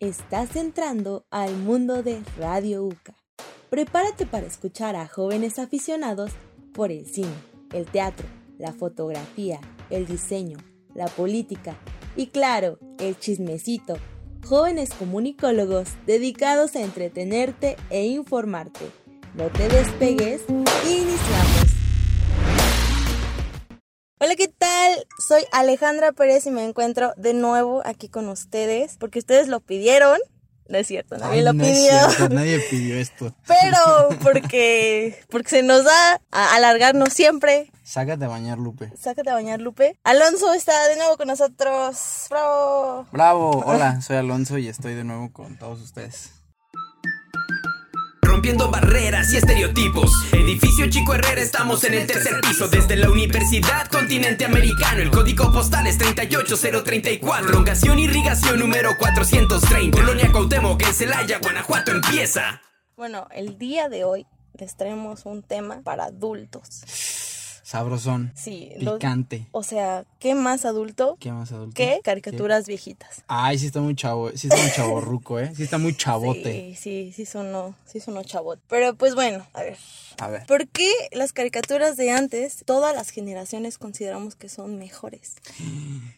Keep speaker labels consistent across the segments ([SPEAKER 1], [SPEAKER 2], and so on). [SPEAKER 1] Estás entrando al mundo de Radio UCA. Prepárate para escuchar a jóvenes aficionados por el cine, el teatro, la fotografía, el diseño, la política y claro, el chismecito. Jóvenes comunicólogos dedicados a entretenerte e informarte. No te despegues, iniciamos. Hola, ¿qué tal? Soy Alejandra Pérez y me encuentro de nuevo aquí con ustedes porque ustedes lo pidieron. No es cierto, nadie
[SPEAKER 2] Ay,
[SPEAKER 1] lo
[SPEAKER 2] no es
[SPEAKER 1] pidió.
[SPEAKER 2] cierto, nadie pidió esto.
[SPEAKER 1] Pero porque, porque se nos da a alargarnos siempre.
[SPEAKER 2] Sácate a bañar, Lupe.
[SPEAKER 1] Sácate a bañar, Lupe. Alonso está de nuevo con nosotros. ¡Bravo!
[SPEAKER 2] Bravo, hola, soy Alonso y estoy de nuevo con todos ustedes.
[SPEAKER 3] Rompiendo barreras y estereotipos. Edificio Chico Herrera, estamos en el tercer piso. Desde la Universidad Continente Americano. El código postal es 38034. Prolongación irrigación número 430. Colonia Cuauhtémoc, en Celaya, Guanajuato, empieza.
[SPEAKER 1] Bueno, el día de hoy les traemos un tema para adultos.
[SPEAKER 2] Sabrosón.
[SPEAKER 1] Sí, los-
[SPEAKER 2] Picante.
[SPEAKER 1] o sea, ¿qué más adulto
[SPEAKER 2] ¿Qué más adulto?
[SPEAKER 1] que
[SPEAKER 2] ¿Qué?
[SPEAKER 1] caricaturas viejitas?
[SPEAKER 2] Ay, sí está muy chavo, sí está muy chaborruco, ¿eh? Sí está muy chavote.
[SPEAKER 1] Sí, sí, sí sonó, sí sonó chabot. Pero pues bueno, a ver.
[SPEAKER 2] A ver.
[SPEAKER 1] ¿Por qué las caricaturas de antes, todas las generaciones consideramos que son mejores?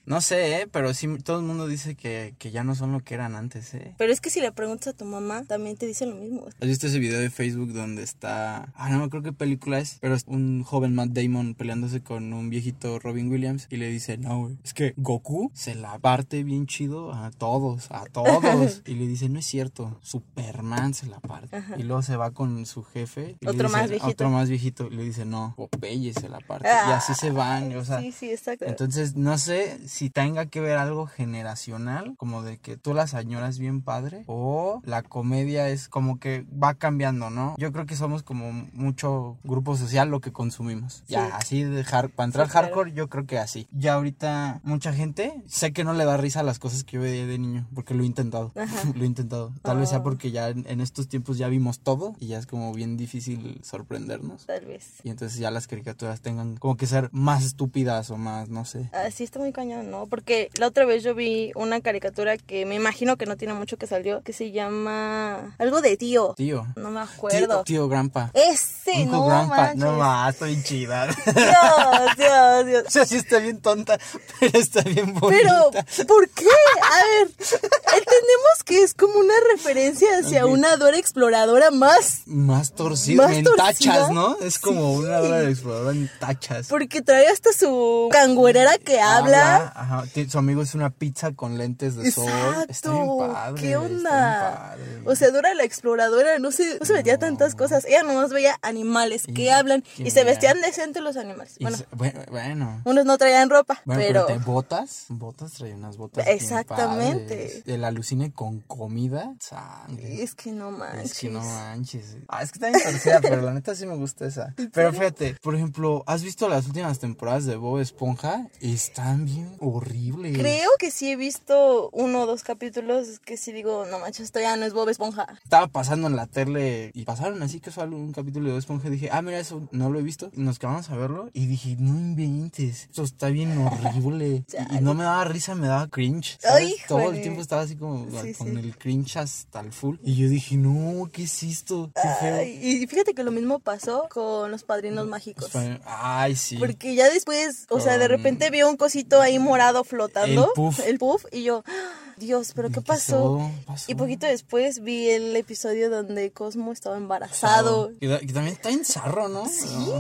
[SPEAKER 2] No sé, ¿eh? Pero sí, todo el mundo dice que, que ya no son lo que eran antes, ¿eh?
[SPEAKER 1] Pero es que si le preguntas a tu mamá, también te dice lo mismo.
[SPEAKER 2] ¿Has visto ese video de Facebook donde está... Ah, no me acuerdo qué película es, pero es un joven Matt Damon peleándose con un viejito Robin Williams y le dice, no, güey, es que Goku se la parte bien chido a todos, a todos. y le dice, no es cierto, Superman se la parte. Y luego se va con su jefe. y le
[SPEAKER 1] Otro
[SPEAKER 2] dice,
[SPEAKER 1] más viejito. Ah.
[SPEAKER 2] Otro más viejito. Y le dice, no, Popeye se la parte. y así se van, o sea...
[SPEAKER 1] sí, sí, exacto.
[SPEAKER 2] Entonces, no sé si tenga que ver algo generacional, como de que tú las añoras bien padre, o la comedia es como que va cambiando, ¿no? Yo creo que somos como mucho grupo social lo que consumimos. Ya,
[SPEAKER 1] Sí.
[SPEAKER 2] así de hard, para entrar
[SPEAKER 1] claro.
[SPEAKER 2] hardcore, yo creo que así. Ya ahorita, mucha gente, sé que no le da risa a las cosas que yo veía de niño, porque lo he intentado. lo he intentado. Tal vez sea
[SPEAKER 1] Ah.
[SPEAKER 2] porque ya en, en estos tiempos ya vimos todo y ya es como bien difícil sorprendernos.
[SPEAKER 1] Tal vez.
[SPEAKER 2] Y entonces ya las caricaturas tengan como que ser más estúpidas o más, no sé.
[SPEAKER 1] Así Ah, está muy cañón, ¿no? Porque la otra vez yo vi una caricatura que me imagino que no tiene mucho que salió, que se llama algo de tío.
[SPEAKER 2] Tío.
[SPEAKER 1] No me acuerdo.
[SPEAKER 2] Tío, tío Grampa.
[SPEAKER 1] Ese,
[SPEAKER 2] Uncle
[SPEAKER 1] no
[SPEAKER 2] Grampa.
[SPEAKER 1] manches.
[SPEAKER 2] No más, está bien chida.
[SPEAKER 1] Dios, Dios, Dios.
[SPEAKER 2] o sea, sí está bien tonta, pero está bien
[SPEAKER 1] Pero,
[SPEAKER 2] bonita.
[SPEAKER 1] ¿por qué? A ver, entendemos que es como una referencia hacia
[SPEAKER 2] Ok.
[SPEAKER 1] una Dora exploradora más,
[SPEAKER 2] Más torcida,
[SPEAKER 1] Más
[SPEAKER 2] en
[SPEAKER 1] torcida.
[SPEAKER 2] tachas, ¿no? Es como
[SPEAKER 1] Sí.
[SPEAKER 2] una hora de explorador en tachas.
[SPEAKER 1] porque trae hasta su cangurera que
[SPEAKER 2] Ah,
[SPEAKER 1] habla.
[SPEAKER 2] Ajá, ti- su amigo es una pizza con lentes de sol. Está bien padre,
[SPEAKER 1] ¿Qué
[SPEAKER 2] está bien
[SPEAKER 1] onda?
[SPEAKER 2] padre.
[SPEAKER 1] O sea, Dora la exploradora no se, no se metía a tantas cosas. Ella nomás veía animales que hablan y
[SPEAKER 2] qué
[SPEAKER 1] se
[SPEAKER 2] mira.
[SPEAKER 1] vestían decente los animales.
[SPEAKER 2] Y
[SPEAKER 1] Bueno,
[SPEAKER 2] se- bueno, bueno.
[SPEAKER 1] unos no traían ropa,
[SPEAKER 2] Bueno,
[SPEAKER 1] pero.
[SPEAKER 2] pero, te botas, botas trae unas botas. bien
[SPEAKER 1] Exactamente.
[SPEAKER 2] padres. El alucine con comida, sangre.
[SPEAKER 1] Es que no manches.
[SPEAKER 2] Es que no manches. Ah, es que está bien torcida, pero la neta sí me gusta esa. Pero fíjate, por ejemplo, ¿has visto las últimas temporadas de Bob Esponja? Están bien horribles.
[SPEAKER 1] Creo que sí he visto uno o dos capítulos que sí digo, no manches, esto ya no es Bob Esponja.
[SPEAKER 2] Estaba pasando en la tele y pasaron así casual un capítulo de Bob Esponja. y Dije, ah, mira, eso no lo he visto. Y nos quedamos a verlo. Y dije, no inventes. Esto está bien horrible. y, y no me daba risa, me daba cringe. ¿sabes?
[SPEAKER 1] Ay,
[SPEAKER 2] Todo
[SPEAKER 1] híjole.
[SPEAKER 2] el tiempo estaba así como
[SPEAKER 1] Sí,
[SPEAKER 2] con
[SPEAKER 1] sí.
[SPEAKER 2] el cringe hasta el full. Y yo dije, no, ¿qué es esto? Qué feo.
[SPEAKER 1] Ay, y fíjate que lo mismo pasó con los padrinos mágicos.
[SPEAKER 2] Pues Ay, Mm, sí.
[SPEAKER 1] Porque ya después, o sea, de
[SPEAKER 2] Con-
[SPEAKER 1] repente veo un cosito ahí morado flotando.
[SPEAKER 2] El puff.
[SPEAKER 1] puff, y yo, ¡Ah! Dios, ¿pero qué
[SPEAKER 2] ¿Qué
[SPEAKER 1] pasó?
[SPEAKER 2] pasó?
[SPEAKER 1] Y poquito después vi el episodio donde Cosmo estaba embarazado.
[SPEAKER 2] Que, da- que también está en zarro, ¿no? o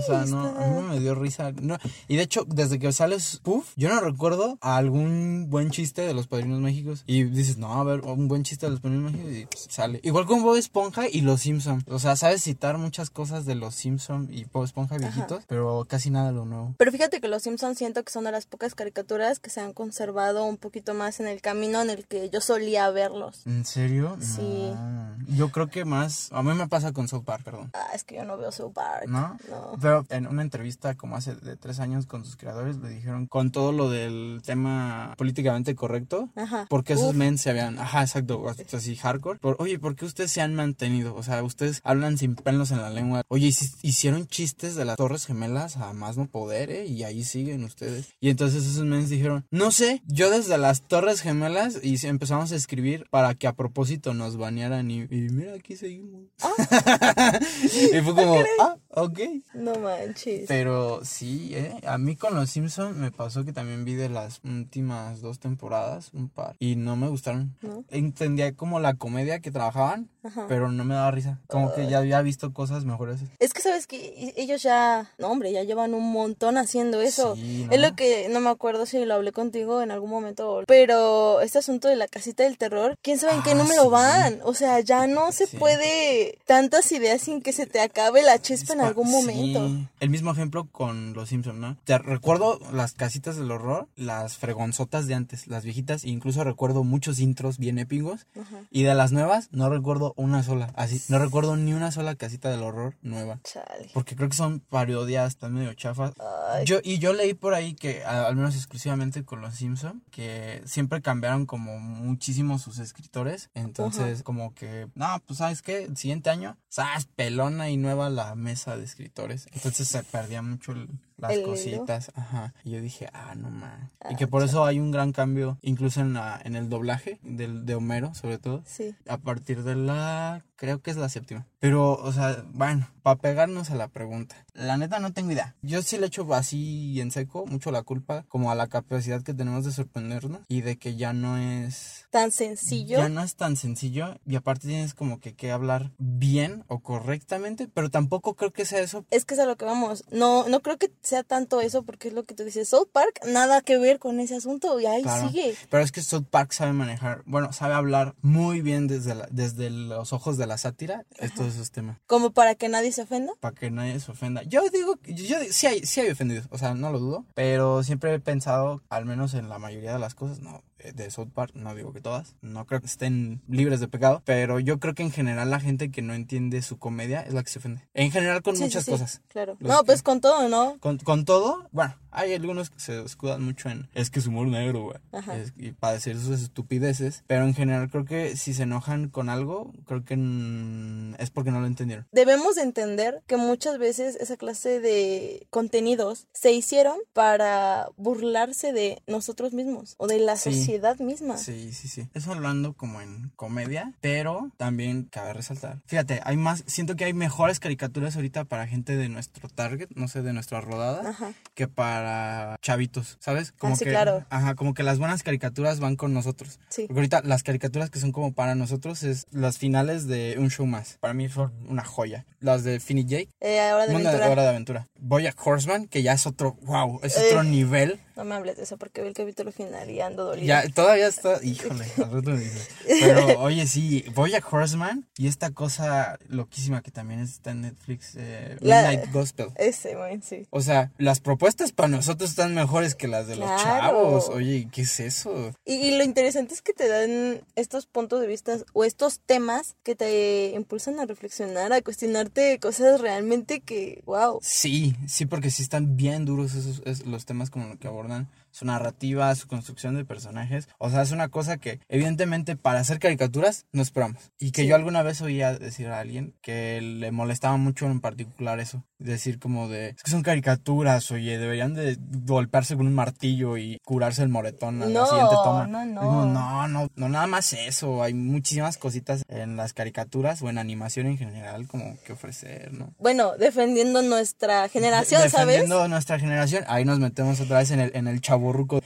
[SPEAKER 2] sea, no, a mí no me dio risa. No. Y de hecho, desde que sales Puff, yo no recuerdo algún buen chiste de los Padrinos Mágicos. Y dices, no, a ver, un buen chiste de los Padrinos Mágicos y pues, sale. Igual con Bob Esponja y Los Simpson. O sea, sabes citar muchas cosas de Los Simpson y Bob Esponja viejitos, pero casi nada de lo nuevo.
[SPEAKER 1] Pero fíjate que los Simpsons siento que son de las pocas caricaturas que se han conservado un poquito más en el camino en el que yo solía verlos.
[SPEAKER 2] ¿En serio?
[SPEAKER 1] Sí.
[SPEAKER 2] No. Yo creo que más... A mí me pasa con South Park, perdón.
[SPEAKER 1] Ah, es que yo no veo South Park.
[SPEAKER 2] ¿No? Pero en una entrevista como hace de tres años con sus creadores le dijeron con todo lo del tema políticamente correcto,
[SPEAKER 1] Ajá.
[SPEAKER 2] porque esos
[SPEAKER 1] Uf.
[SPEAKER 2] men se habían, ajá, exacto, o sea, así hardcore. Por, Oye, ¿por qué ustedes se han mantenido? O sea, ustedes hablan sin pelos en la lengua. Oye, hici- hicieron chistes de las Torres Gemelas a más no poder, ¿eh? Y ahí siguen ustedes. Y entonces esos men dijeron, no sé, yo desde las Torres Gemelas y y se- empezamos a escribir para que a propósito nos banearan y, y mira, aquí seguimos.
[SPEAKER 1] Ah.
[SPEAKER 2] y fue como, ah, ok.
[SPEAKER 1] No manches.
[SPEAKER 2] Pero sí, ¿eh? a mí con Los Simpsons me pasó que también vi de las últimas dos temporadas, un par, y no me gustaron.
[SPEAKER 1] ¿No?
[SPEAKER 2] Entendía como la comedia que trabajaban, pero no me daba risa. Como que ya había visto cosas mejores.
[SPEAKER 1] Es que sabes que ellos ya, no hombre, ya llevan un montón haciendo eso.
[SPEAKER 2] Sí,
[SPEAKER 1] Es
[SPEAKER 2] ¿no?
[SPEAKER 1] lo que no me acuerdo si lo hablé contigo en algún momento, pero este asunto de la casita del terror, quién sabe en qué
[SPEAKER 2] Ah,
[SPEAKER 1] número
[SPEAKER 2] sí.
[SPEAKER 1] van. O sea, ya no se
[SPEAKER 2] Sí.
[SPEAKER 1] puede tantas ideas sin que se te acabe la chispa en
[SPEAKER 2] Pa-
[SPEAKER 1] algún
[SPEAKER 2] sí.
[SPEAKER 1] momento.
[SPEAKER 2] El mismo ejemplo con Los Simpson, ¿no? Te recuerdo las casitas del horror, las fregonzotas de antes, las viejitas, e incluso recuerdo muchos intros bien épicos. Y de las nuevas, no recuerdo una sola. Así, no recuerdo ni una sola casita del horror nueva.
[SPEAKER 1] Chale.
[SPEAKER 2] Porque creo que son parodias, están medio chafas.
[SPEAKER 1] Ay.
[SPEAKER 2] Yo, y yo leí por ahí que, a- al menos exclusivamente con los Simpson, que siempre cambiaron como muchísimo sus escritores. Entonces, como que, no, pues sabes qué, el siguiente año, sabes, pelona y nueva la mesa de escritores. Entonces se perdía mucho el- las
[SPEAKER 1] El hilo.
[SPEAKER 2] cositas. Ajá. Y yo dije, ah, no más. y que por eso hay un gran cambio, incluso en, la, en el doblaje del, de Homero, sobre todo.
[SPEAKER 1] Sí.
[SPEAKER 2] A partir de la. Creo que es la séptima. Pero, o sea, bueno, para pegarnos a la pregunta. La neta no tengo idea. Yo sí le echo así en seco mucho la culpa, como a la capacidad que tenemos de sorprendernos y de que ya no es.
[SPEAKER 1] Tan sencillo.
[SPEAKER 2] Ya no es tan sencillo y aparte tienes como que, que hablar bien o correctamente, pero tampoco creo que sea eso.
[SPEAKER 1] Es que es a lo que vamos. No, no creo que sea tanto eso porque es lo que tú dices. South Park, nada que ver con ese asunto y ahí
[SPEAKER 2] claro.
[SPEAKER 1] sigue.
[SPEAKER 2] Pero es que South Park sabe manejar, bueno, sabe hablar muy bien desde, la- desde los ojos de la sátira, eh, todos esos temas.
[SPEAKER 1] Como para que nadie se ofenda.
[SPEAKER 2] para que nadie se ofenda. Yo digo, que- yo, di- sí, hay, sí hay ofendidos, o sea, no lo dudo, pero siempre he pensado, al menos en la mayoría de las cosas, no, eh, de South Park, no digo que todas, no creo que estén libres de pecado, pero yo creo que en general la gente que no entiende su comedia es la que se ofende. En general con
[SPEAKER 1] Sí, sí,
[SPEAKER 2] muchas
[SPEAKER 1] sí,
[SPEAKER 2] cosas.
[SPEAKER 1] Claro.
[SPEAKER 2] Los
[SPEAKER 1] no,
[SPEAKER 2] que-
[SPEAKER 1] pues con todo, ¿no?
[SPEAKER 2] Con, con todo, bueno, hay algunos que se escudan mucho en es que es humor negro, güey.
[SPEAKER 1] Ajá.
[SPEAKER 2] Es- Y para decir sus estupideces. Pero en general creo que si se enojan con algo, creo que mm, es porque no lo entendieron.
[SPEAKER 1] Debemos de entender que muchas veces esa clase de contenidos se hicieron para burlarse de nosotros mismos o de la
[SPEAKER 2] Sí.
[SPEAKER 1] sociedad misma.
[SPEAKER 2] Sí, sí, sí. Eso hablando como en comedia, pero también cabe resaltar. Fíjate, hay más, siento que hay mejores caricaturas ahorita para gente de nuestro target, no sé, de nuestra rodada,
[SPEAKER 1] Ajá.
[SPEAKER 2] que para chavitos, ¿sabes? Como
[SPEAKER 1] Ah. sí,
[SPEAKER 2] que,
[SPEAKER 1] claro.
[SPEAKER 2] Ajá, como que las buenas caricaturas van con nosotros.
[SPEAKER 1] Sí.
[SPEAKER 2] Porque ahorita las caricaturas que son como para nosotros es las finales de un show más. Para mí son una joya. Las de Finn y Jake.
[SPEAKER 1] Eh, ahora de
[SPEAKER 2] Mundo de
[SPEAKER 1] aventura. Eh.
[SPEAKER 2] hora de aventura. Boya Horseman, que ya es otro, wow, es otro nivel.
[SPEAKER 1] No me hables de eso porque vi el capítulo final y ando dolida.
[SPEAKER 2] Ya, todavía está. Híjole, al rato me dices. Pero oye, sí, voy a Horseman y esta cosa loquísima que también está en Netflix, eh,
[SPEAKER 1] La-
[SPEAKER 2] Midnight Gospel.
[SPEAKER 1] Ese, güey, sí.
[SPEAKER 2] O sea, las propuestas para nosotros están mejores que las de los
[SPEAKER 1] Claro.
[SPEAKER 2] chavos. Oye, ¿qué es eso?
[SPEAKER 1] Y, y lo interesante es que te dan estos puntos de vista o estos temas que te impulsan a reflexionar, a cuestionarte cosas realmente que, wow.
[SPEAKER 2] Sí, sí, porque sí están bien duros esos, es- los temas como lo que abordan. Su narrativa, su construcción de personajes. O sea, es una cosa que, evidentemente, para hacer caricaturas no esperamos. Y que
[SPEAKER 1] Sí.
[SPEAKER 2] yo alguna vez oía decir a alguien que le molestaba mucho en particular eso. Decir como de, es que son caricaturas, oye, deberían de golpearse con un martillo y curarse el moretón a
[SPEAKER 1] No,
[SPEAKER 2] la siguiente toma.
[SPEAKER 1] no, no.
[SPEAKER 2] Digo, no, no, no, nada más eso. Hay muchísimas cositas en las caricaturas o en animación en general como que ofrecer, ¿no?
[SPEAKER 1] Bueno, defendiendo nuestra generación, ¿sabes?
[SPEAKER 2] defendiendo nuestra generación, ahí nos metemos otra vez en el, en el chaborruco.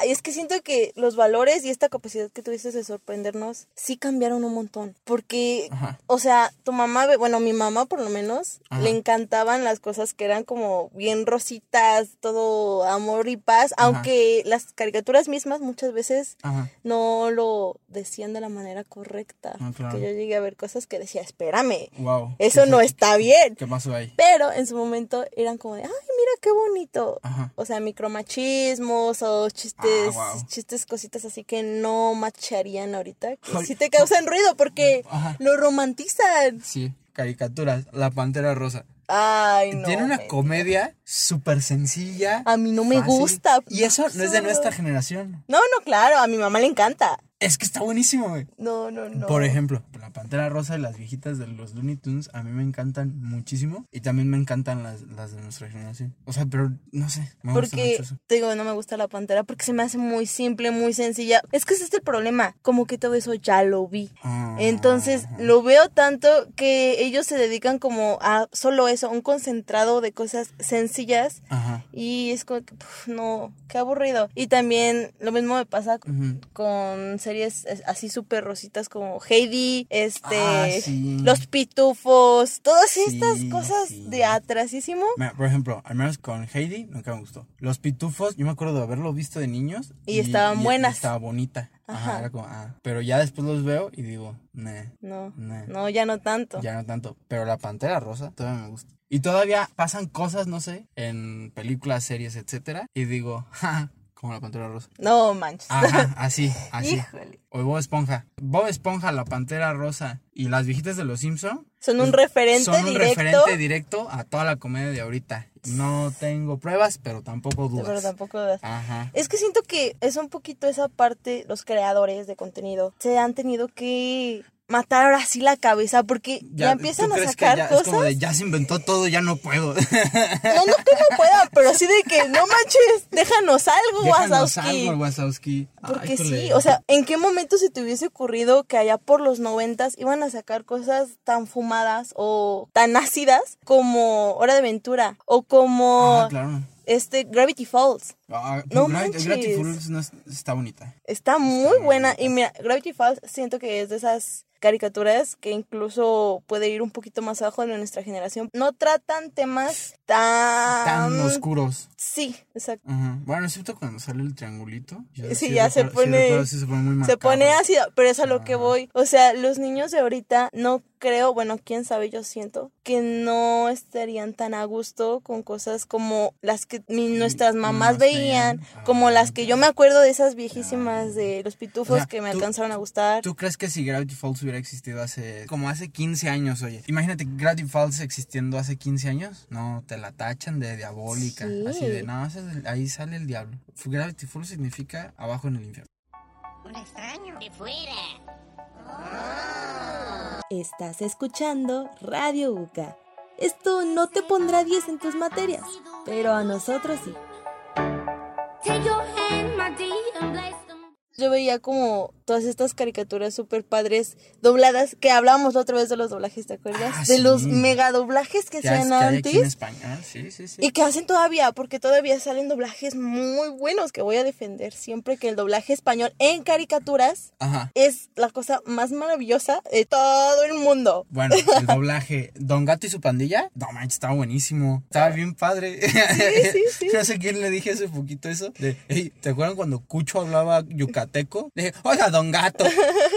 [SPEAKER 1] Ay, es que siento que los valores y esta capacidad que tuviste de sorprendernos sí cambiaron un montón. Porque,
[SPEAKER 2] Ajá.
[SPEAKER 1] o sea, tu mamá, ve- bueno, mi mamá por lo menos,
[SPEAKER 2] Ajá.
[SPEAKER 1] le encantaban las cosas que eran como bien rositas, todo amor y paz, aunque las caricaturas mismas muchas veces
[SPEAKER 2] Ajá.
[SPEAKER 1] no lo decían de la manera correcta.
[SPEAKER 2] Ah, claro.
[SPEAKER 1] Que yo llegué a ver cosas que decía, espérame,
[SPEAKER 2] Wow.
[SPEAKER 1] eso
[SPEAKER 2] ¿Qué-
[SPEAKER 1] no está bien.
[SPEAKER 2] ¿Qué pasó ahí?
[SPEAKER 1] Pero en su momento eran como de, ay, mira qué bonito.
[SPEAKER 2] Ajá.
[SPEAKER 1] O sea, micromachismos o chistes,
[SPEAKER 2] Ah, wow.
[SPEAKER 1] chistes, cositas así que no macharían ahorita. Que
[SPEAKER 2] Ay.
[SPEAKER 1] sí te causan ruido porque
[SPEAKER 2] Ajá.
[SPEAKER 1] lo romantizan.
[SPEAKER 2] Sí, caricaturas, La Pantera Rosa.
[SPEAKER 1] Ay, no.
[SPEAKER 2] Tiene una Ah,
[SPEAKER 1] men.
[SPEAKER 2] comedia súper sencilla.
[SPEAKER 1] A mí no me gusta.
[SPEAKER 2] Y eso no es de nuestra generación.
[SPEAKER 1] No, no, claro, a mi mamá le encanta.
[SPEAKER 2] Es que está buenísimo, güey.
[SPEAKER 1] No, no, no.
[SPEAKER 2] Por ejemplo, la Pantera Rosa y las viejitas de los Looney Tunes a mí me encantan muchísimo. Y también me encantan las, las de nuestra generación. O sea, pero no sé. Me gusta
[SPEAKER 1] Porque,
[SPEAKER 2] mucho eso.
[SPEAKER 1] te digo, no me gusta la pantera porque se me hace muy simple, muy sencilla. Es que ese es el problema. Como que todo eso ya lo vi.
[SPEAKER 2] Ah,
[SPEAKER 1] Entonces, lo veo tanto que ellos se dedican como a solo eso, un concentrado de cosas sencillas.
[SPEAKER 2] Ajá.
[SPEAKER 1] Y es como que, puf, no, qué aburrido. Y también lo mismo me pasa con,
[SPEAKER 2] Ujú.
[SPEAKER 1] con series es- así súper rositas como Heidi, este,
[SPEAKER 2] Ah, sí.
[SPEAKER 1] Los Pitufos, todas
[SPEAKER 2] Sí,
[SPEAKER 1] estas cosas
[SPEAKER 2] sí.
[SPEAKER 1] de atrasísimo.
[SPEAKER 2] Mira, por ejemplo, al menos con Heidi nunca me gustó. Los pitufos, yo me acuerdo de haberlo visto de niños.
[SPEAKER 1] Y estaban buenas.
[SPEAKER 2] Estaba bonita. Ajá.
[SPEAKER 1] Ajá.
[SPEAKER 2] Era como, ah. Pero ya después los veo y digo, nah.
[SPEAKER 1] No,
[SPEAKER 2] Nah.
[SPEAKER 1] no, ya no tanto.
[SPEAKER 2] Ya no tanto. Pero la pantera rosa todavía me gusta. Y todavía pasan cosas, no sé, en películas, series, etcétera. Y digo, ja, como la pantera rosa.
[SPEAKER 1] No manches.
[SPEAKER 2] Ajá, así, así.
[SPEAKER 1] Híjole.
[SPEAKER 2] O Bob Esponja. Bob Esponja, la pantera rosa y las viejitas de los Simpson
[SPEAKER 1] Son un referente
[SPEAKER 2] son un
[SPEAKER 1] directo.
[SPEAKER 2] referente directo a toda la comedia de ahorita. No tengo pruebas, pero tampoco dudas.
[SPEAKER 1] Pero tampoco das.
[SPEAKER 2] Ajá.
[SPEAKER 1] Es que siento que es un poquito esa parte, los creadores de contenido se han tenido que matar ahora sí la cabeza porque ya, empiezan
[SPEAKER 2] ¿tú
[SPEAKER 1] a
[SPEAKER 2] crees que
[SPEAKER 1] sacar
[SPEAKER 2] ya- Es como
[SPEAKER 1] cosas.
[SPEAKER 2] de, ya se inventó todo, ya no puedo.
[SPEAKER 1] No, no que no pueda, pero sí de que no manches, déjanos algo,
[SPEAKER 2] Déjanos
[SPEAKER 1] Wazowski.
[SPEAKER 2] algo, Wazowski. Ay,
[SPEAKER 1] Porque
[SPEAKER 2] híjole.
[SPEAKER 1] sí, o sea, ¿en qué momento se te hubiese ocurrido que allá por los noventas iban a sacar cosas tan fumadas o tan ácidas como Hora de Aventura o como
[SPEAKER 2] Ah, claro.
[SPEAKER 1] este Gravity Falls?
[SPEAKER 2] Ah,
[SPEAKER 1] No
[SPEAKER 2] Gravity-
[SPEAKER 1] manches.
[SPEAKER 2] Gravity Falls no es- está bonita.
[SPEAKER 1] Está muy buena. Y mira, Gravity Falls siento que es de esas caricaturas que incluso puede ir un poquito más abajo de nuestra generación. No tratan temas tan...
[SPEAKER 2] Tan oscuros.
[SPEAKER 1] Sí, exacto.
[SPEAKER 2] Ajá. Bueno, excepto cuando sale el triangulito. Yo
[SPEAKER 1] Sí, ya se
[SPEAKER 2] recuerdo- sí
[SPEAKER 1] pone-
[SPEAKER 2] recuerdo, sí se pone muy
[SPEAKER 1] Se
[SPEAKER 2] macabro.
[SPEAKER 1] pone ácido, pero es a lo que
[SPEAKER 2] Ajá.
[SPEAKER 1] voy. O sea, los niños de ahorita no creo, bueno, quién sabe, yo siento que no estarían tan a gusto con cosas como las que mi- nuestras
[SPEAKER 2] Mm,
[SPEAKER 1] mamás
[SPEAKER 2] nos
[SPEAKER 1] veían,
[SPEAKER 2] veían.
[SPEAKER 1] como
[SPEAKER 2] Ah,
[SPEAKER 1] las que yo me acuerdo de esas viejísimas
[SPEAKER 2] claro.
[SPEAKER 1] de los pitufos
[SPEAKER 2] O sea,
[SPEAKER 1] que me
[SPEAKER 2] tú-
[SPEAKER 1] alcanzaron a gustar.
[SPEAKER 2] ¿Tú crees que si Gravity Falls hubiera existido hace como hace 15 años, oye? Imagínate Gravity Falls existiendo hace 15 años. No, te la tachan de diabólica.
[SPEAKER 1] Sí.
[SPEAKER 2] Así de, no, ese es el- ahí sale el diablo. Gravity Falls significa abajo en el infierno.
[SPEAKER 4] Un extraño. De fuera.
[SPEAKER 1] Estás escuchando Radio UCA. Esto no te pondrá 10 en tus materias, pero a nosotros sí.
[SPEAKER 4] Take your hand, my dear, and place them.
[SPEAKER 1] Yo veía como todas estas caricaturas súper padres dobladas, que hablábamos la otra vez de los doblajes, ¿te acuerdas?
[SPEAKER 2] Ah,
[SPEAKER 1] de
[SPEAKER 2] sí.
[SPEAKER 1] los mega doblajes que
[SPEAKER 2] ¿Qué has-
[SPEAKER 1] hacían
[SPEAKER 2] qué hay aquí en
[SPEAKER 1] antes
[SPEAKER 2] español? Sí, sí, sí.
[SPEAKER 1] y que hacen todavía, porque todavía salen doblajes muy buenos que voy a defender siempre que el doblaje español en caricaturas
[SPEAKER 2] Ajá.
[SPEAKER 1] es la cosa más maravillosa de todo el mundo.
[SPEAKER 2] Bueno, el doblaje. Don Gato y su pandilla. No manches, estaba buenísimo. Estaba bien padre.
[SPEAKER 1] sí, sí.
[SPEAKER 2] No sé quién le dije hace poquito eso. De, "Ey, ¿te acuerdan cuando Cucho hablaba yucateco? Le dije, hola, Don Gato.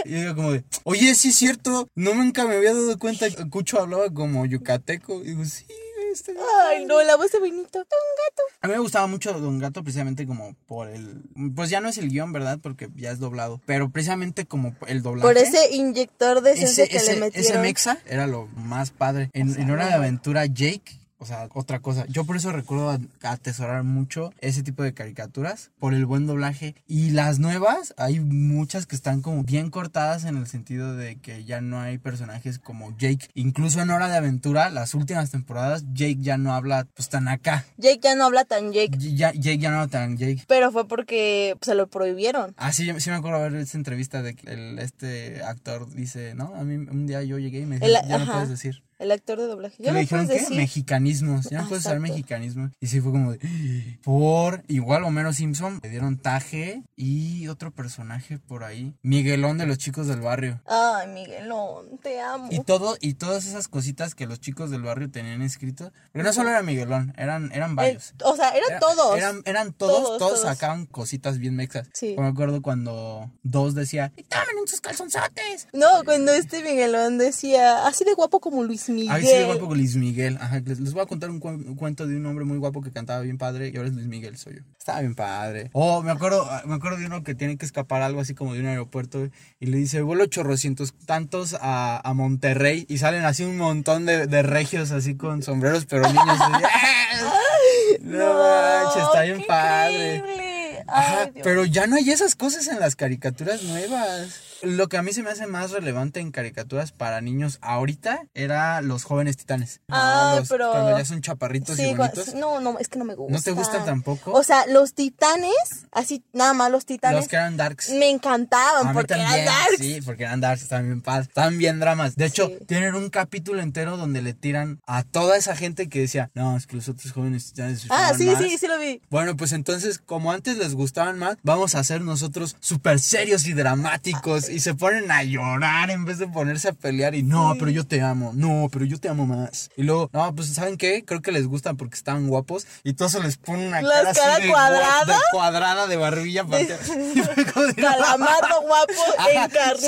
[SPEAKER 2] Y yo como de, oye, sí es cierto. No nunca me había dado cuenta que Cucho hablaba como yucateco. Y digo, sí. está bien".
[SPEAKER 1] Ay, no, la voz de Benito. Un gato.
[SPEAKER 2] A mí me gustaba mucho Don Gato precisamente como por el... Pues ya no es el guión, ¿verdad? Porque ya es doblado. Pero precisamente como el doblaje.
[SPEAKER 1] Por ese inyector de esencia
[SPEAKER 2] ese,
[SPEAKER 1] que
[SPEAKER 2] ese-
[SPEAKER 1] le
[SPEAKER 2] ese
[SPEAKER 1] metieron.
[SPEAKER 2] mexa era lo más padre. En, en Hora de Aventura, Jake, o sea, otra cosa. Yo por eso recuerdo a- atesorar mucho ese tipo de caricaturas por el buen doblaje. Y las nuevas, hay muchas que están como bien cortadas en el sentido de que ya no hay personajes como Jake. Incluso en Hora de Aventura, las últimas temporadas, Jake ya no habla pues tan acá.
[SPEAKER 1] Jake ya no habla tan Jake,
[SPEAKER 2] Ya, Jake ya no habla tan Jake.
[SPEAKER 1] pero fue porque pues, se lo prohibieron.
[SPEAKER 2] Ah, sí, sí me acuerdo ver esa entrevista de que el, este actor dice, no, a mí un día yo llegué y me
[SPEAKER 1] El-
[SPEAKER 2] dijeron, ya
[SPEAKER 1] ajá.
[SPEAKER 2] no puedes decir.
[SPEAKER 1] El actor de doblaje.
[SPEAKER 2] ¿Qué
[SPEAKER 1] Ya no
[SPEAKER 2] le dijeron
[SPEAKER 1] puedes
[SPEAKER 2] qué?
[SPEAKER 1] decir.
[SPEAKER 2] Mexicanismos. Ya
[SPEAKER 1] Ah,
[SPEAKER 2] no puedes usar
[SPEAKER 1] exacto.
[SPEAKER 2] mexicanismo. Y sí fue como de. "Ah, Por. Igual Homero Simpson. Le dieron Taje y otro personaje por ahí. Miguelón de los chicos del barrio.
[SPEAKER 1] Ay, Miguelón, te amo. Eh,
[SPEAKER 2] Y todo, y todas esas cositas que los chicos del barrio tenían escrito. Pero no solo era Miguelón, eran, eran varios.
[SPEAKER 1] Eh, o sea, eran
[SPEAKER 2] Era-
[SPEAKER 1] todos.
[SPEAKER 2] Eran, eran todos,
[SPEAKER 1] Todos,
[SPEAKER 2] todos,
[SPEAKER 1] todos.
[SPEAKER 2] sacaban cositas bien mexas.
[SPEAKER 1] Sí.
[SPEAKER 2] Yo Me acuerdo cuando dos decía, ¡Y tomen en sus calzonzotes!
[SPEAKER 1] No, cuando este Miguelón decía, así de guapo como Luis Miguel.
[SPEAKER 2] Ay, sí, el guapo Luis Miguel. Ajá, les, les voy a contar un, cuen- un cuento de un hombre muy guapo que cantaba bien padre y ahora es Luis Miguel, soy yo. Estaba bien padre. Oh, me acuerdo, me acuerdo de uno que tiene que escapar algo así como de un aeropuerto y le dice, vuelo chorrocientos tantos a, a Monterrey y salen así un montón de, de regios así con sombreros, pero niños. así, ¡ah! No, manches, está bien
[SPEAKER 1] qué
[SPEAKER 2] padre.
[SPEAKER 1] increíble.
[SPEAKER 2] Ajá,
[SPEAKER 1] Ay, Dios.
[SPEAKER 2] pero ya no hay esas cosas en las caricaturas nuevas. Lo que a mí se me hace más relevante en caricaturas para niños ahorita era los jóvenes titanes.
[SPEAKER 1] Ah,
[SPEAKER 2] los-
[SPEAKER 1] pero-
[SPEAKER 2] Cuando ya son chaparritos
[SPEAKER 1] Sí,
[SPEAKER 2] y
[SPEAKER 1] igual-
[SPEAKER 2] bonitos.
[SPEAKER 1] no, no, es que no me gusta.
[SPEAKER 2] ¿No te gustan tampoco?
[SPEAKER 1] O sea, los titanes, así, nada más los titanes.
[SPEAKER 2] Los que eran darks.
[SPEAKER 1] Me
[SPEAKER 2] A
[SPEAKER 1] encantaban
[SPEAKER 2] mí
[SPEAKER 1] porque
[SPEAKER 2] también,
[SPEAKER 1] eran darks.
[SPEAKER 2] Sí, porque eran darks, estaban bien paz, estaban bien dramas. De hecho,
[SPEAKER 1] Sí.
[SPEAKER 2] tienen un capítulo entero donde le tiran a toda esa gente que decía, no, es que los otros jóvenes titanes se
[SPEAKER 1] ah,
[SPEAKER 2] forman
[SPEAKER 1] sí,
[SPEAKER 2] más".
[SPEAKER 1] sí, sí lo vi.
[SPEAKER 2] Bueno, pues entonces, como antes les gustaban más, vamos a ser nosotros súper serios y dramáticos. Y se ponen a llorar en vez de ponerse a pelear. Y no, pero yo te amo. No, pero yo te amo más. Y luego, no, pues ¿saben qué? Creo que les gustan porque están guapos. Y todos se les pone una
[SPEAKER 1] Las
[SPEAKER 2] cara, así
[SPEAKER 1] cara
[SPEAKER 2] de gua-
[SPEAKER 1] cuadrada.
[SPEAKER 2] de cuadrada de barbilla. para acá. Y fue como de, no.
[SPEAKER 1] Calamardo guapo
[SPEAKER 2] Ajá, se,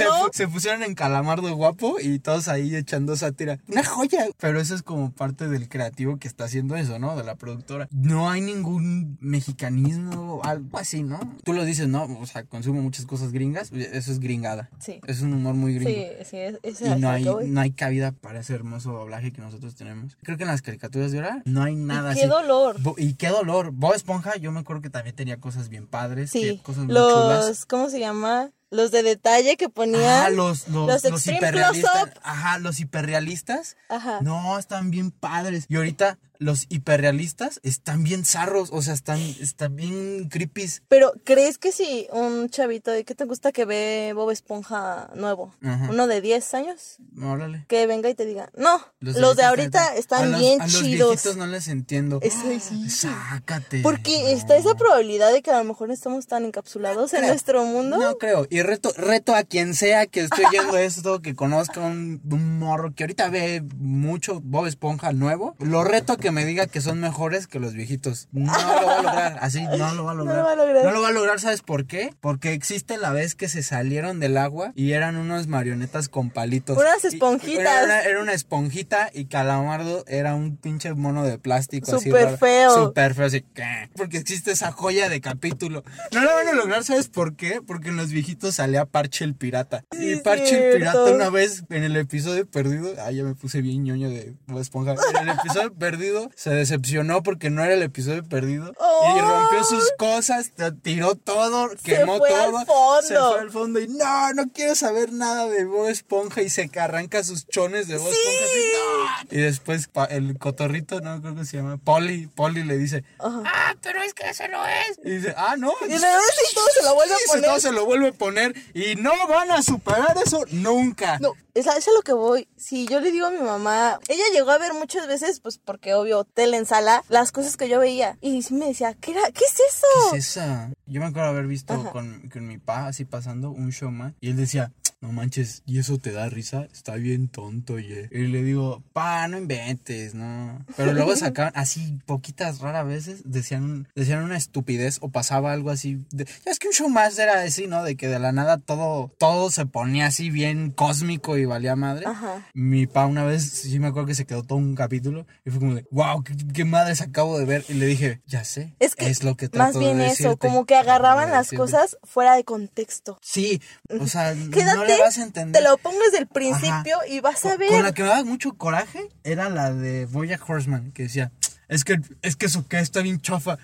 [SPEAKER 1] encarnó.
[SPEAKER 2] pu- se pusieron en calamardo guapo y todos ahí echando sátira. Una joya. Pero eso es como parte del creativo que está haciendo eso, ¿no? De la productora. No hay ningún mexicanismo o algo así, ¿no? Tú lo dices, ¿no? O sea, consumo muchas cosas gringas. Eso es gringada.
[SPEAKER 1] Sí.
[SPEAKER 2] Es un humor muy gringo.
[SPEAKER 1] Sí, sí, es, es
[SPEAKER 2] Y no
[SPEAKER 1] a
[SPEAKER 2] hay,
[SPEAKER 1] lo que voy.
[SPEAKER 2] no hay cabida para ese hermoso doblaje que nosotros tenemos. Creo que en las caricaturas de ahora no hay nada
[SPEAKER 1] qué
[SPEAKER 2] así.
[SPEAKER 1] dolor.
[SPEAKER 2] Bo- y qué dolor. Bob Esponja, yo me acuerdo que también tenía cosas bien padres,
[SPEAKER 1] Sí,
[SPEAKER 2] que- cosas muy chulas.
[SPEAKER 1] los, ¿cómo se llama? Los de detalle que ponían.
[SPEAKER 2] Ah, los, los,
[SPEAKER 1] los
[SPEAKER 2] los,
[SPEAKER 1] Extreme
[SPEAKER 2] hiperrealistas.
[SPEAKER 1] Close-Up.
[SPEAKER 2] Ajá, los hiperrealistas.
[SPEAKER 1] Ajá.
[SPEAKER 2] No, están bien padres. Y ahorita los hiperrealistas están bien zarros, o sea, están, están bien creepies.
[SPEAKER 1] Pero, ¿crees que si un chavito de qué te gusta que ve Bob Esponja nuevo?
[SPEAKER 2] Ajá.
[SPEAKER 1] Uno de 10 años,
[SPEAKER 2] Órale.
[SPEAKER 1] que venga y te diga, no, los de, ahorita
[SPEAKER 2] están-
[SPEAKER 1] están
[SPEAKER 2] a los-
[SPEAKER 1] bien
[SPEAKER 2] a los
[SPEAKER 1] chidos.
[SPEAKER 2] viejitos no les entiendo.
[SPEAKER 1] Eso sí.
[SPEAKER 2] Sácate.
[SPEAKER 1] Porque
[SPEAKER 2] No.
[SPEAKER 1] está esa probabilidad de que a lo mejor estamos tan encapsulados en
[SPEAKER 2] creo.
[SPEAKER 1] nuestro mundo.
[SPEAKER 2] No creo. Y reto, reto a quien sea que esté oyendo esto, que conozca un, un morro que ahorita ve mucho Bob Esponja nuevo. Lo reto a que me diga que son mejores que los viejitos. No lo va a lograr. Así no lo va a lograr.
[SPEAKER 1] va a lograr.
[SPEAKER 2] No lo va a lograr, ¿sabes por qué? Porque existe la vez que se salieron del agua y eran unos marionetas con palitos.
[SPEAKER 1] Unas
[SPEAKER 2] Y-
[SPEAKER 1] esponjitas.
[SPEAKER 2] Era una, era una esponjita y Calamardo era un pinche mono de plástico. así
[SPEAKER 1] Súper
[SPEAKER 2] raro.
[SPEAKER 1] feo.
[SPEAKER 2] Súper feo, así. ¿qué? Porque existe esa joya de capítulo. No la van a lograr, ¿sabes por qué? Porque en los viejitos salía Parche el Pirata. y Parche el Pirata
[SPEAKER 1] cierto.
[SPEAKER 2] una vez en el episodio perdido. Ah, ya me puse bien ñoño de Bob Esponja. En el episodio perdido se decepcionó porque no era el episodio perdido. Y rompió sus cosas, t- tiró todo, quemó
[SPEAKER 1] fue al
[SPEAKER 2] todo. Se
[SPEAKER 1] fondo.
[SPEAKER 2] fue al fondo y no, no quiero saber nada de Bob Esponja. Y se arranca sus chones de Bob Esponja. así, "No". Y después pa- el cotorrito, no creo que se llama, Polly, Polly le dice, ah, pero es que ese no es. Y dice, ah, no.
[SPEAKER 1] Y de vez en cuando se la vuelve a
[SPEAKER 2] Y se-
[SPEAKER 1] poner.
[SPEAKER 2] todo se lo vuelve a poner y no van a superar eso nunca.
[SPEAKER 1] No, es a, es a lo que voy. Si yo le digo a mi mamá, ella llegó a ver muchas veces, pues porque obvio, tele en sala, las cosas que yo veía. Y sí me decía, ¿qué, era? ¿Qué es eso?
[SPEAKER 2] ¿Qué es esa? Yo me acuerdo haber visto con, con mi pa así pasando un show más y él decía, no manches, ¿y eso te da risa? Está bien tonto, ye. Y le digo, pa, no inventes, no. Pero luego sacaban, así poquitas raras veces, decían, decían una estupidez o pasaba algo así. de- ya es que un show más era así, ¿no? De que de la nada todo, todo se ponía así bien cósmico y valía madre.
[SPEAKER 1] Ajá.
[SPEAKER 2] Mi pa una vez, sí me acuerdo que se quedó todo un capítulo y fue como de, wow, qué, qué madres acabo de ver. Y le dije, ya sé.
[SPEAKER 1] Es que,
[SPEAKER 2] lo que
[SPEAKER 1] más
[SPEAKER 2] trato
[SPEAKER 1] bien
[SPEAKER 2] de
[SPEAKER 1] eso,
[SPEAKER 2] decirte.
[SPEAKER 1] como que agarraban
[SPEAKER 2] Trato de
[SPEAKER 1] las
[SPEAKER 2] decirte.
[SPEAKER 1] cosas fuera de contexto.
[SPEAKER 2] Sí, o sea,
[SPEAKER 1] Quédate,
[SPEAKER 2] no le vas a entender.
[SPEAKER 1] te lo pongo desde el
[SPEAKER 2] Ajá.
[SPEAKER 1] principio y vas a
[SPEAKER 2] Con-
[SPEAKER 1] ver.
[SPEAKER 2] Con la que me daba mucho coraje era la de Boya Horseman, que decía, es que, es que eso que está bien chafa.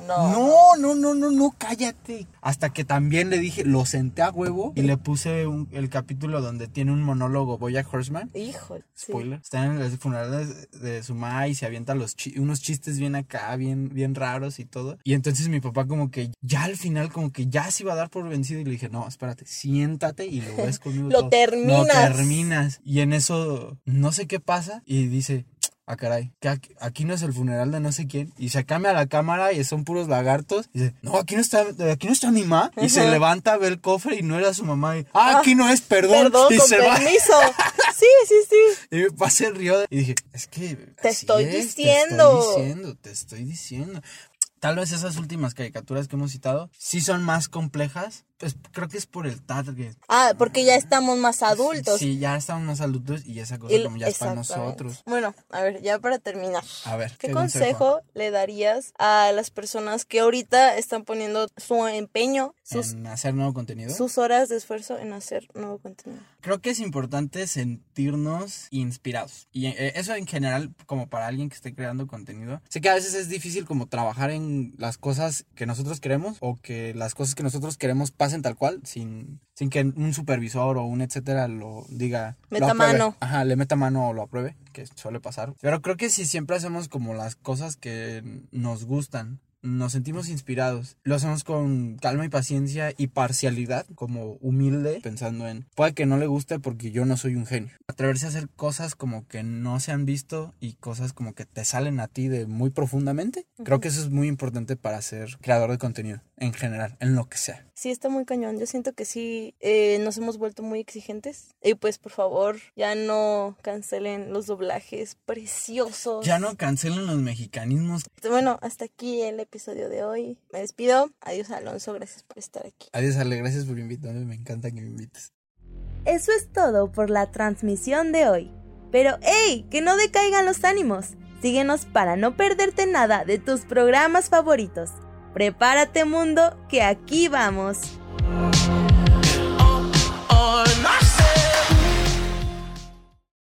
[SPEAKER 1] no,
[SPEAKER 2] no, no, no, no, no, cállate. Hasta que también le dije, lo senté a huevo y le puse un- el capítulo donde tiene un monólogo Boya Horseman.
[SPEAKER 1] Híjole. sí.
[SPEAKER 2] Spoiler. Está en el funeral de, de su mamá y se avienta los chi- unos chistes bien acá, bien, bien raros y todo. Y entonces mi papá como que ya al final como que ya se iba a dar por vencido y le dije, no, espérate, siéntate y lo ves conmigo.
[SPEAKER 1] Lo
[SPEAKER 2] todo.
[SPEAKER 1] terminas.
[SPEAKER 2] Lo terminas. Y en eso no sé qué pasa y dice... Ah, caray, que aquí, aquí no es el funeral de no sé quién. Y se cambia la cámara y son puros lagartos. Y dice, no, aquí no está, aquí no está mi mamá. Y se
[SPEAKER 1] Ajá.
[SPEAKER 2] levanta, ve el cofre y no era su mamá. Y, ah, aquí no es, perdón.
[SPEAKER 1] Perdón,
[SPEAKER 2] y
[SPEAKER 1] con
[SPEAKER 2] se va.
[SPEAKER 1] permiso. sí, sí, sí.
[SPEAKER 2] Y mi papá se rió de- y dije, es que...
[SPEAKER 1] Te
[SPEAKER 2] así
[SPEAKER 1] estoy
[SPEAKER 2] es,
[SPEAKER 1] diciendo.
[SPEAKER 2] Te estoy diciendo, te estoy diciendo. Tal vez esas últimas caricaturas que hemos citado sí son más complejas, pues, creo que es por el target.
[SPEAKER 1] Ah, porque ya estamos más adultos.
[SPEAKER 2] Sí, ya estamos más adultos y esa cosa
[SPEAKER 1] El-
[SPEAKER 2] como ya es para
[SPEAKER 1] exactamente.
[SPEAKER 2] nosotros.
[SPEAKER 1] Bueno, a ver, ya para terminar.
[SPEAKER 2] A ver,
[SPEAKER 1] ¿Qué consejo le darías a las personas que ahorita están poniendo su empeño, sus,
[SPEAKER 2] en hacer nuevo contenido?
[SPEAKER 1] sus horas de esfuerzo en hacer nuevo contenido?
[SPEAKER 2] Creo que es importante sentirnos inspirados. Y eh, eso en general, como para alguien que esté creando contenido. Sé que a veces es difícil como trabajar en las cosas que nosotros queremos o que las cosas que nosotros queremos pasen tal cual sin, sin que un supervisor o un etcétera lo diga. lo
[SPEAKER 1] Meta
[SPEAKER 2] apruebe.
[SPEAKER 1] mano.
[SPEAKER 2] Ajá, le meta mano o lo apruebe, que suele pasar. Pero creo que si siempre hacemos como las cosas que nos gustan, nos sentimos inspirados, lo hacemos con calma y paciencia y parcialidad, como humilde, pensando en, puede que no le guste porque yo no soy un genio. Atreverse a hacer cosas como que no se han visto y cosas como que te salen a ti de muy profundamente. Creo que eso es muy importante para ser creador de contenido, en general, en lo que sea.
[SPEAKER 1] Sí, está muy cañón. Yo siento que sí eh, nos hemos vuelto muy exigentes. Y pues, por favor, ya no cancelen los doblajes preciosos.
[SPEAKER 2] Ya no cancelen los mexicanismos.
[SPEAKER 1] Bueno, hasta aquí el episodio de hoy. Me despido. Adiós, Alonso. Gracias por estar aquí.
[SPEAKER 2] Adiós, Ale, gracias por invitarme, me encanta que me invites.
[SPEAKER 5] Eso es todo por la transmisión de hoy. Pero ¡hey! ¡Que no decaigan los ánimos! Síguenos para no perderte nada de tus programas favoritos. Prepárate mundo, que aquí vamos.